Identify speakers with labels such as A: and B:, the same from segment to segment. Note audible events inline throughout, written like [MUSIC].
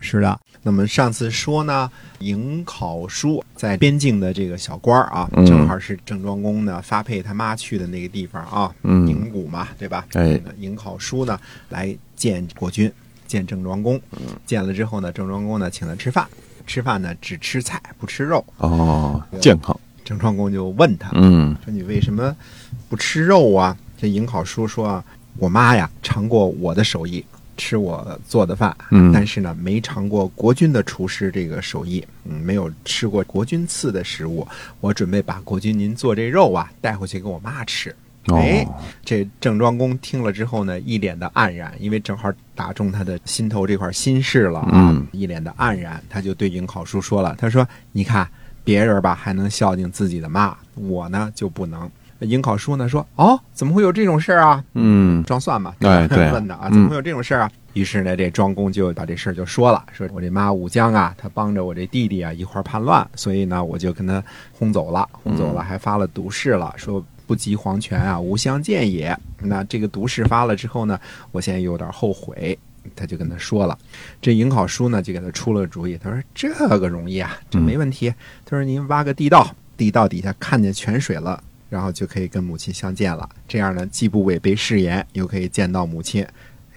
A: 是的，那么上次说呢，营考叔在边境的这个小官儿啊，
B: 嗯
A: 正好是郑庄公呢发配他妈去的那个地方啊，
B: 嗯
A: 营谷嘛，对吧？
B: 哎，
A: 营考叔呢来见国君，见郑庄公，见了之后呢，郑庄公呢请他吃饭，吃饭呢只吃菜不吃肉，
B: 哦，健康。
A: 郑庄公就问他，
B: 嗯
A: 说你为什么不吃肉啊？这营考叔说啊，我妈呀尝过我的手艺，吃我做的饭，
B: 嗯
A: 但是呢没尝过国君的厨师这个手艺，嗯，没有吃过国君赐的食物。我准备把国君您做这肉啊带回去给我妈吃。
B: 哦
A: 哎，这郑庄公听了之后呢，一脸的黯然，因为正好打中他的心头这块心事了啊，
B: 嗯
A: 一脸的黯然，他就对尹考叔说了，他说：“你看别人吧还能孝敬自己的妈，我呢就不能。”尹考叔呢说：“哦，怎么会有这种事儿啊？
B: 嗯
A: 装蒜嘛，
B: 哎对啊
A: 问的啊，
B: 嗯
A: 怎么会有这种事儿啊？于是呢，这庄公就把这事儿就说了，说我这妈武姜啊，她帮着我这弟弟啊一块儿叛乱，所以呢，我就跟他轰走了，轰走
B: 嗯
A: 了，还发了毒誓了，说不及黄泉啊，无相见也。那这个毒誓发了之后呢，我现在有点后悔。他就跟他说了，这尹考叔呢就给他出了主意，他说这个容易啊，
B: 嗯
A: 这没问题。他说您挖个地道，地道底下看见泉水了，然后就可以跟母亲相见了。这样呢，既不违背誓言，又可以见到母亲。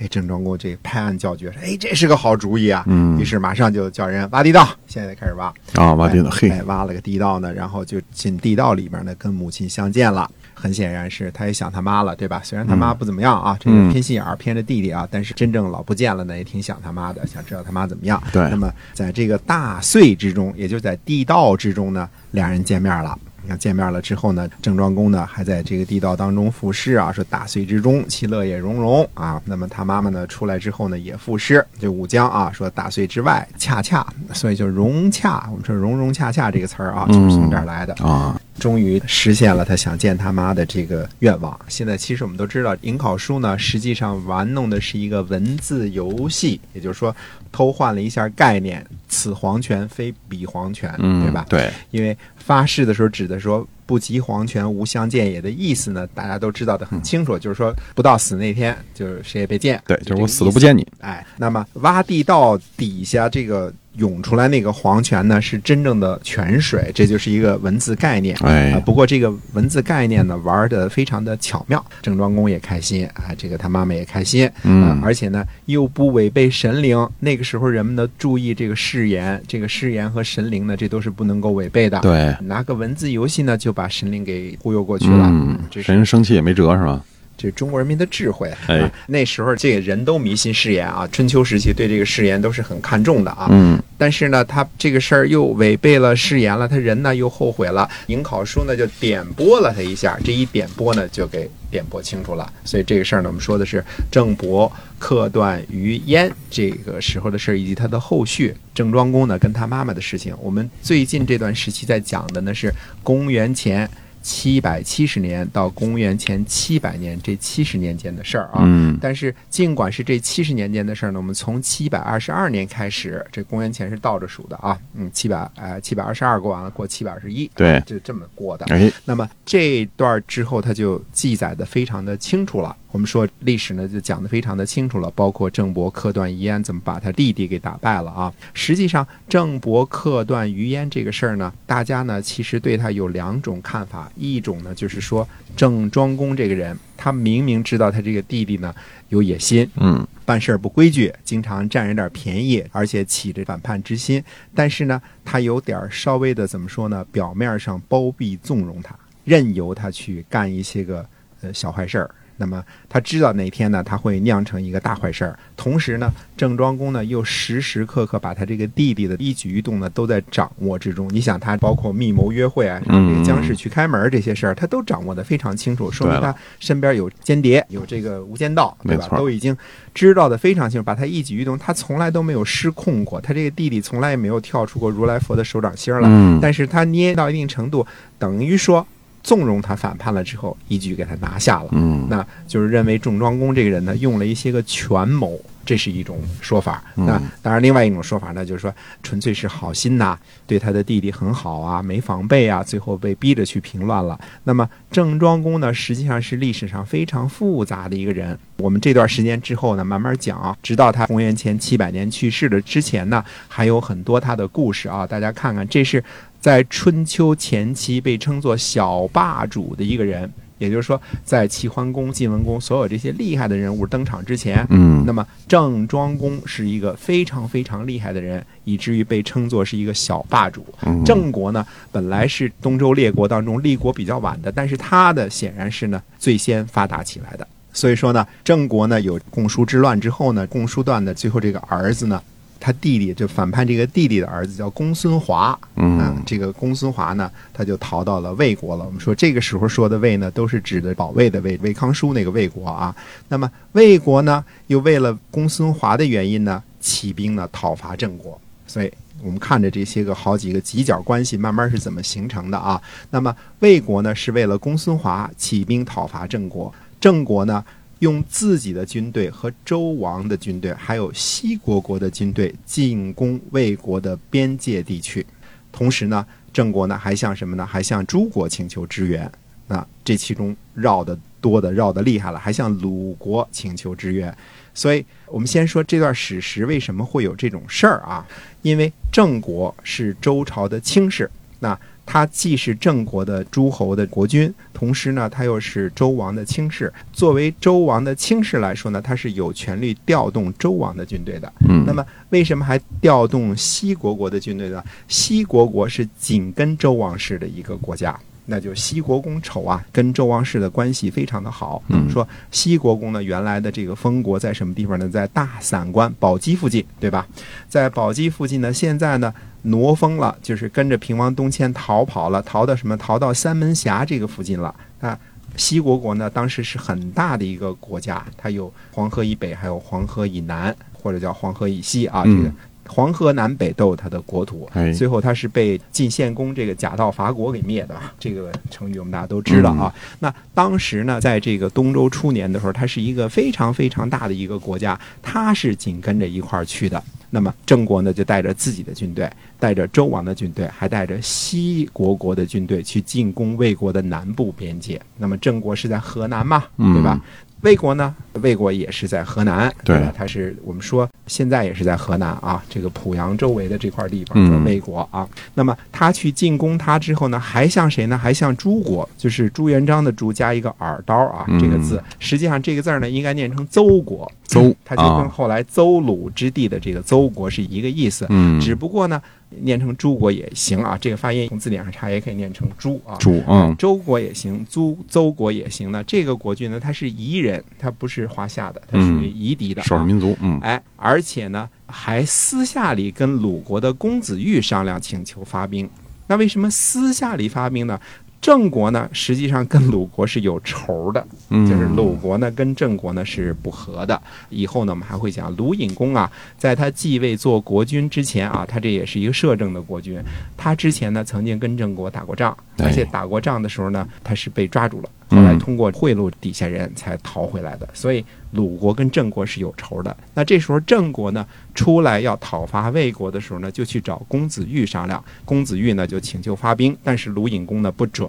A: 哎，郑庄公这拍案叫绝，说哎，这是个好主意啊！
B: 嗯
A: 于是马上就叫人挖地道，现在开始挖。
B: 啊，挖地道
A: 哎
B: 嘿，
A: 哎，挖了个地道呢，然后就进地道里面呢，跟母亲相见了。很显然是他也想他妈了，对吧？虽然他妈不怎么样啊，这
B: 嗯
A: 个偏心眼儿偏着弟弟啊，但是真正老不见了呢，也挺想他妈的，想知道他妈怎么样。
B: 对
A: 那么在这个大隧之中，也就在地道之中呢，俩人见面了。那见面了之后呢，郑庄公呢还在这个地道当中赋诗啊，说大隧之中，其乐也融融啊。那么他妈妈呢出来之后呢，也赋诗，就武姜啊说大隧之外恰恰，所以就融洽。我们说融融洽洽这个词儿啊，就是从这儿来的。
B: 啊，
A: 终于实现了他想见他妈的这个愿望。现在其实我们都知道，引考书呢，实际上玩弄的是一个文字游戏，也就是说，偷换了一下概念，此皇权非彼皇权，
B: 嗯，
A: 对吧？
B: 对，
A: 因为发誓的时候指的说“不及黄泉无相见也”的意思呢，大家都知道的很清楚，就是说不到死那天，就是谁也别见。
B: 对，就是我死都
A: 见。
B: 不见你。
A: 哎，那么挖地道底下这个涌出来那个黄泉呢，是真正的泉水，这就是一个文字概念。
B: 哎
A: 啊，不过这个文字概念呢，玩的非常的巧妙，郑庄公也开心啊，这个他妈妈也开心，
B: 嗯
A: 啊而且呢又不违背神灵。那个时候人们呢注意这个誓言，这个誓言和神灵呢，这都是不能够违背的。，
B: 对，
A: 拿个文字游戏呢，就把神灵给忽悠过去了。这是
B: 嗯神生气也没辙是吧？
A: 这是中国人民的智慧。
B: 哎
A: 啊那时候这个人都迷信誓言啊，春秋时期对这个誓言都是很看重的啊。
B: 嗯
A: 但是呢，他这个事儿又违背了誓言了，他人呢又后悔了。尹考叔呢就点拨了他一下，这一点拨呢就给点拨清楚了。所以这个事儿呢，我们说的是郑伯克段于鄢这个时候的事儿，以及他的后续郑庄公呢跟他妈妈的事情。我们最近这段时期在讲的呢是公元前。七百七十年到公元前七百年这七十年间的事儿啊，
B: 嗯
A: 但是尽管是这七十年间的事儿呢，我们从七百二十二年开始，这公元前是倒着数的啊，嗯，七百呃七百二十二过完了，过七百二十一，
B: 对
A: 就这么过的。
B: 哎
A: 那么这段之后，它就记载的非常的清楚了。我们说历史呢，就讲的非常的清楚了，包括郑伯克段于鄢怎么把他弟弟给打败了啊。实际上，郑伯克段于鄢这个事儿呢，大家呢其实对他有两种看法，一种呢就是说郑庄公这个人，他明明知道他这个弟弟呢有野心，
B: 嗯
A: 办事儿不规矩，经常占人点儿便宜，而且起着反叛之心。但是呢，他有点儿稍微的怎么说呢？表面上包庇纵容他，任由他去干一些个呃小坏事儿。那么他知道哪天呢，他会酿成一个大坏事儿。同时呢，郑庄公呢又时时刻刻把他这个弟弟的一举一动呢都在掌握之中。你想，他包括密谋约会啊，什么这个姜氏去开门这些事儿，他都掌握的非常清楚，说明
B: 对了
A: 他身边有间谍，有这个无间道，对
B: 没
A: 吧？
B: 错
A: 都已经知道的非常清楚，把他一举一动，他从来都没有失控过，他这个弟弟从来也没有跳出过如来佛的手掌心儿来。
B: 嗯，
A: 但是他捏到一定程度，等于说纵容他反叛了之后，一举给他拿下了。
B: 嗯，
A: 那就是认为郑庄公这个人呢，用了一些个权谋，这是一种说法。
B: 嗯
A: 那当然，另外一种说法呢，就是说纯粹是好心呐、对他的弟弟很好啊，没防备啊，最后被逼着去平乱了。那么郑庄公呢，实际上是历史上非常复杂的一个人。我们这段时间之后呢，慢慢讲啊，直到他公元前七百年去世的之前呢，还有很多他的故事啊，大家看看，这是在春秋前期被称作小霸主的一个人。也就是说，在齐桓公、晋文公所有这些厉害的人物登场之前，
B: 嗯，
A: 那么郑庄公是一个非常非常厉害的人，以至于被称作是一个小霸主。
B: 嗯
A: 郑国呢，本来是东周列国当中立国比较晚的，但是它的显然是呢最先发达起来的。所以说呢，郑国呢有共叔之乱之后呢，共叔段的最后这个儿子呢，他弟弟就反叛这个弟弟的儿子叫公孙华，啊
B: 嗯，
A: 这个公孙华呢，他就逃到了魏国了。我们说这个时候说的魏呢，都是指的保卫的魏，魏康舒那个魏国啊。那么魏国呢，又为了公孙华的原因呢，起兵呢讨伐郑国。所以我们看着这些个好几个犄角关系慢慢是怎么形成的啊。那么魏国呢，是为了公孙华起兵讨伐郑国，郑国呢。用自己的军队和周王的军队，还有西国国的军队进攻魏国的边界地区，同时呢，郑国呢还向什么呢？还向诸国请求支援。那这其中绕的多的，绕的厉害了，还向鲁国请求支援。所以，我们先说这段史实为什么会有这种事儿啊？因为郑国是周朝的卿氏，那他既是郑国的诸侯的国君，同时呢，他又是周王的卿氏。作为周王的卿氏来说呢，他是有权利调动周王的军队的。
B: 嗯，
A: 那么为什么还调动西国国的军队呢？西国国是紧跟周王室的一个国家，那就西国公丑啊，跟周王室的关系非常的好。
B: 嗯
A: 说西国公呢，原来的这个封国在什么地方呢？在大散关宝鸡附近，对吧？在宝鸡附近呢，现在呢。挪封了，就是跟着平王东迁逃跑了，逃到什么？逃到三门峡这个附近了。啊，西国国呢，当时是很大的一个国家，它有黄河以北，还有黄河以南，或者叫黄河以西啊，这
B: 嗯
A: 个黄河南北都有它的国土。
B: 哎
A: 最后它是被晋献公这个假道伐国给灭的，这个成语我们大家都知道啊。
B: 嗯
A: 那当时呢，在这个东周初年的时候，它是一个非常非常大的一个国家，它是紧跟着一块儿去的。那么郑国呢，就带着自己的军队，带着周王的军队，还带着西国国的军队去进攻魏国的南部边界。那么郑国是在河南嘛，
B: 嗯
A: 对吧？魏国呢，魏国也是在河南，
B: 对
A: 吧？它是我们说现在也是在河南啊，这个濮阳周围的这块地方
B: 嗯
A: 叫魏国啊。那么他去进攻他之后呢，还向谁呢？还向诸国，就是朱元璋的朱加一个耳刀啊，
B: 嗯
A: 这个字，实际上这个字儿呢应该念成邹国，
B: 邹
A: 它就跟
B: 啊
A: 后来邹鲁之地的这个邹国是一个意思。
B: 嗯，
A: 只不过呢，念成诸国也行啊，这个发音从字典上查也可以念成诸啊。
B: 主嗯
A: 周国也行，邹邹国也行呢。这个国君呢，他是夷人，他不是华夏的，他属于夷狄的、啊。
B: 嗯少数民族，嗯
A: 哎，而且呢，还私下里跟鲁国的公子玉商量请求发兵。那为什么私下里发兵呢？郑国呢，实际上跟鲁国是有仇的，
B: 嗯，
A: 就是鲁国呢跟郑国呢是不和的。以后呢，我们还会讲鲁隐公啊，在他继位做国君之前啊，他这也是一个摄政的国君。他之前呢曾经跟郑国打过仗，
B: 哎
A: 而且打过仗的时候呢，他是被抓住了，后来通过贿赂底下人才逃回来的。所以鲁国跟郑国是有仇的。那这时候郑国呢出来要讨伐魏国的时候呢，就去找公子玉商量。公子玉呢就请求发兵，但是鲁隐公呢不准，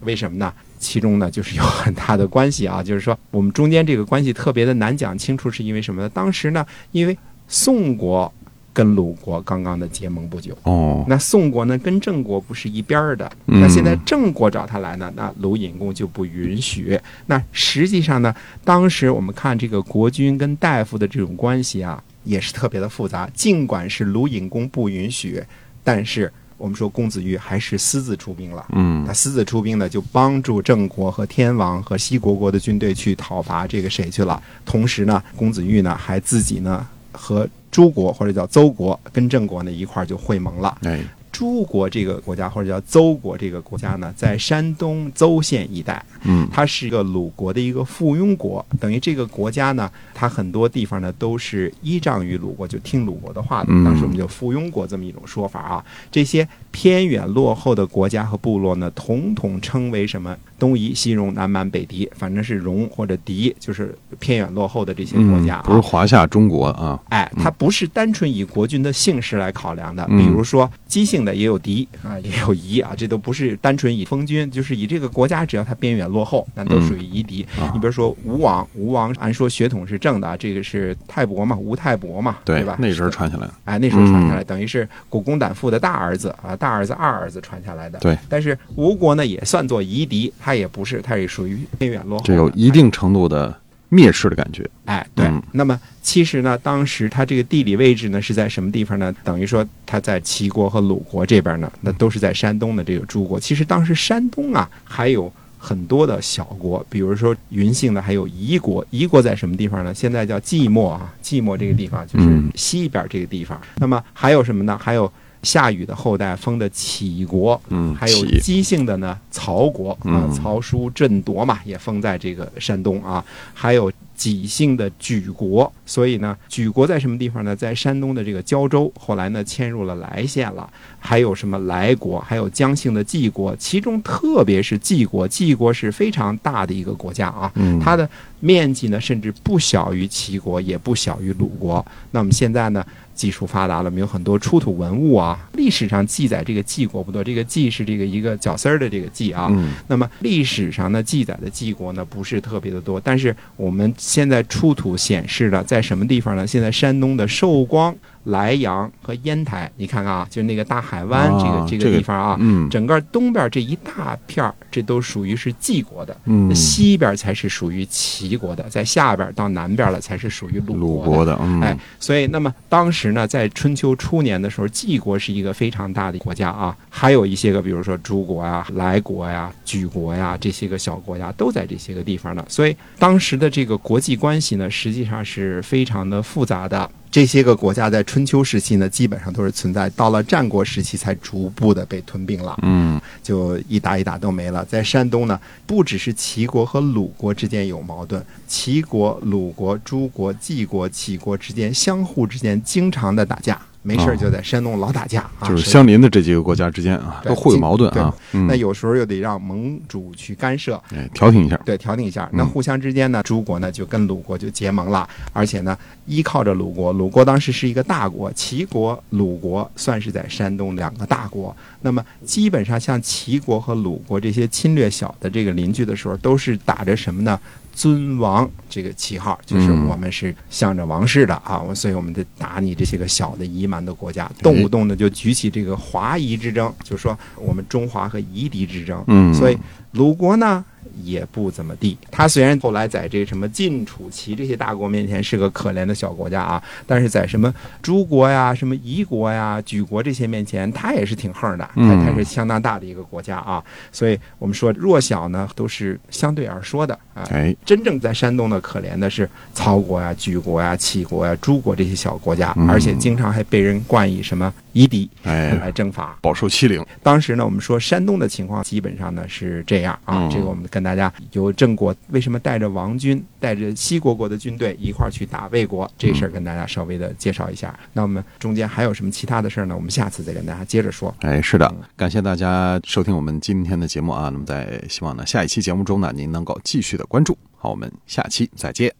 A: 为什么呢？其中呢，就是有很大的关系啊，就是说我们中间这个关系特别的难讲清楚，是因为什么呢？当时呢，因为宋国跟鲁国刚刚的结盟不久，
B: 哦，
A: 那宋国呢跟郑国不是一边儿的，
B: 嗯
A: 那现在郑国找他来呢，那鲁隐公就不允许。那实际上呢，当时我们看这个国君跟大夫的这种关系啊，也是特别的复杂。尽管是鲁隐公不允许，但是我们说公子玉还是私自出兵了。
B: 嗯
A: 他私自出兵呢，就帮助郑国和天王和西国国的军队去讨伐这个谁去了。同时呢，公子玉呢还自己呢和诸国或者叫邹国跟郑国呢一块儿就会盟了。
B: 哎
A: 诸国这个国家或者叫邹国这个国家呢，在山东邹县一带，
B: 嗯
A: 它是一个鲁国的一个附庸国，等于这个国家呢，它很多地方呢都是依仗于鲁国，就听鲁国的话的
B: 嗯。
A: 当时我们就附庸国这么一种说法啊。这些偏远落后的国家和部落呢，统统称为什么东夷、西戎、南蛮、北狄，反正是戎或者狄，就是偏远落后的这些国
B: 嗯
A: 家啊。，
B: 不是华夏中国啊，
A: 哎，它不是单纯以国君的姓氏来考量的，
B: 嗯
A: 比如说姬姓的也有狄啊，也有夷啊，这都不是单纯以封君，就是以这个国家只要它边远落后，那都属于夷狄。
B: 啊
A: 你比如说吴王，吴王按说血统是正的啊，这个是泰伯嘛，吴泰伯嘛，对吧？
B: 那时候传下来嗯的，
A: 哎，那时候传下来，等于是古公胆父的大儿子啊，大儿子、二儿子传下来的。
B: 对，
A: 但是吴国呢也算作夷狄，它也不是，它也属于边远落后的。
B: 这有一定程度的蔑视的感觉。
A: 哎，对。
B: 嗯
A: 那么其实呢，当时它这个地理位置呢是在什么地方呢？等于说它在齐国和鲁国这边呢，
B: 嗯
A: 那都是在山东的这个诸国。其实当时山东啊还有。很多的小国，比如说云姓的，还有夷国。夷国在什么地方呢？现在叫寂寞啊，寂寞这个地方就是
B: 嗯
A: 西边这个地方。那么还有什么呢？还有夏禹的后代封的杞国，
B: 嗯，
A: 还有
B: 起
A: 姬姓的呢，曹国啊
B: 嗯，
A: 曹叔振铎嘛，也封在这个山东啊，还有己姓的莒国，所以呢，莒国在什么地方呢？在山东的这个胶州，后来呢迁入了莱县了，还有什么莱国，还有姜姓的纪国，其中特别是纪国，纪国是非常大的一个国家啊，
B: 嗯，
A: 它的面积呢，甚至不小于齐国，也不小于鲁国。那我们现在呢，技术发达了，我们有很多出土文物啊。历史上记载这个晋国不多，这个晋是这个一个绞丝儿的这个晋啊。
B: 嗯
A: 那么历史上呢，记载的晋国呢不是特别的多，但是我们现在出土显示的在什么地方呢？现在山东的寿光、莱阳和烟台，你看看啊，就那个大海湾这个、
B: 啊
A: 这
B: 这
A: 个
B: 个
A: 地方啊，
B: 嗯
A: 整个东边这一大片儿，这都属于是晋国的。
B: 嗯，
A: 西边才是属于齐国的，在下边到南边了才是属于鲁
B: 鲁
A: 的。
B: 国的，嗯，
A: 哎，所以那么当时呢，在春秋初年的时候，晋国是一个非常大的国家啊，还有一些个，比如说诸国呀、莱国呀、莒国呀这些个小国家都在这些个地方呢。所以当时的这个国际关系呢，实际上是非常的复杂的。这些个国家在春秋时期呢，基本上都是存在，到了战国时期才逐步的被吞并了。
B: 嗯，
A: 就一打一打都没了。在山东呢，不只是齐国和鲁国之间有矛盾，齐国、鲁国、诸国、晋国、齐国之间相互之间经常的打架，没事
B: 哦
A: 儿就在山东老打架啊，
B: 就是
A: 谁
B: 相邻的这几个国家之间啊，
A: 对
B: 都互有
A: 进
B: 矛盾啊，嗯
A: 那，有时候又得让盟主去干涉，
B: 哎，调停一下，
A: 对，调停一下。那
B: 嗯
A: 互相之间呢，诸国呢就跟鲁国就结盟了，而且呢依靠着鲁国，鲁国当时是一个大国，齐国、鲁国算是在山东两个大国。那么基本上像齐国和鲁国这些侵略小的这个邻居的时候，都是打着什么呢？尊王这个旗号，就是
B: 嗯
A: 我们是向着王室的啊，我所以我们得打你这些个小的夷蛮的国
B: 哎
A: 家，动不动的就举起这个华夷之争，就说我们中华和夷狄之争。
B: 嗯
A: 所以鲁国呢也不怎么地。他虽然后来在这什么晋、楚、齐这些大国面前是个可怜的小国家啊，但是在什么诸国呀、什么夷国呀、莒国这些面前，他也是挺横的，他
B: 嗯
A: 他是相当大的一个国家啊。所以我们说弱小呢都是相对而说的啊。
B: 哎，
A: 真正在山东的可怜的是曹国呀、莒国呀、齐国呀、诸国这些小国家，
B: 嗯
A: 而且经常还被人冠以什么夷狄
B: 哎，
A: [LAUGHS] 来征伐。
B: 饱受欺凌，
A: 当时呢，我们说山东的情况基本上呢是这样啊，
B: 嗯
A: 这个我们跟大家由郑国为什么带着王军、带着西国国的军队一块儿去打魏国这事儿，跟大家稍微的介绍一下。那我们中间还有什么其他的事儿呢？我们下次再跟大家接着说。
B: 哎，是的，感谢大家收听我们今天的节目啊。那么，在希望呢，下一期节目中呢，您能够继续的关注。好，我们下期再见。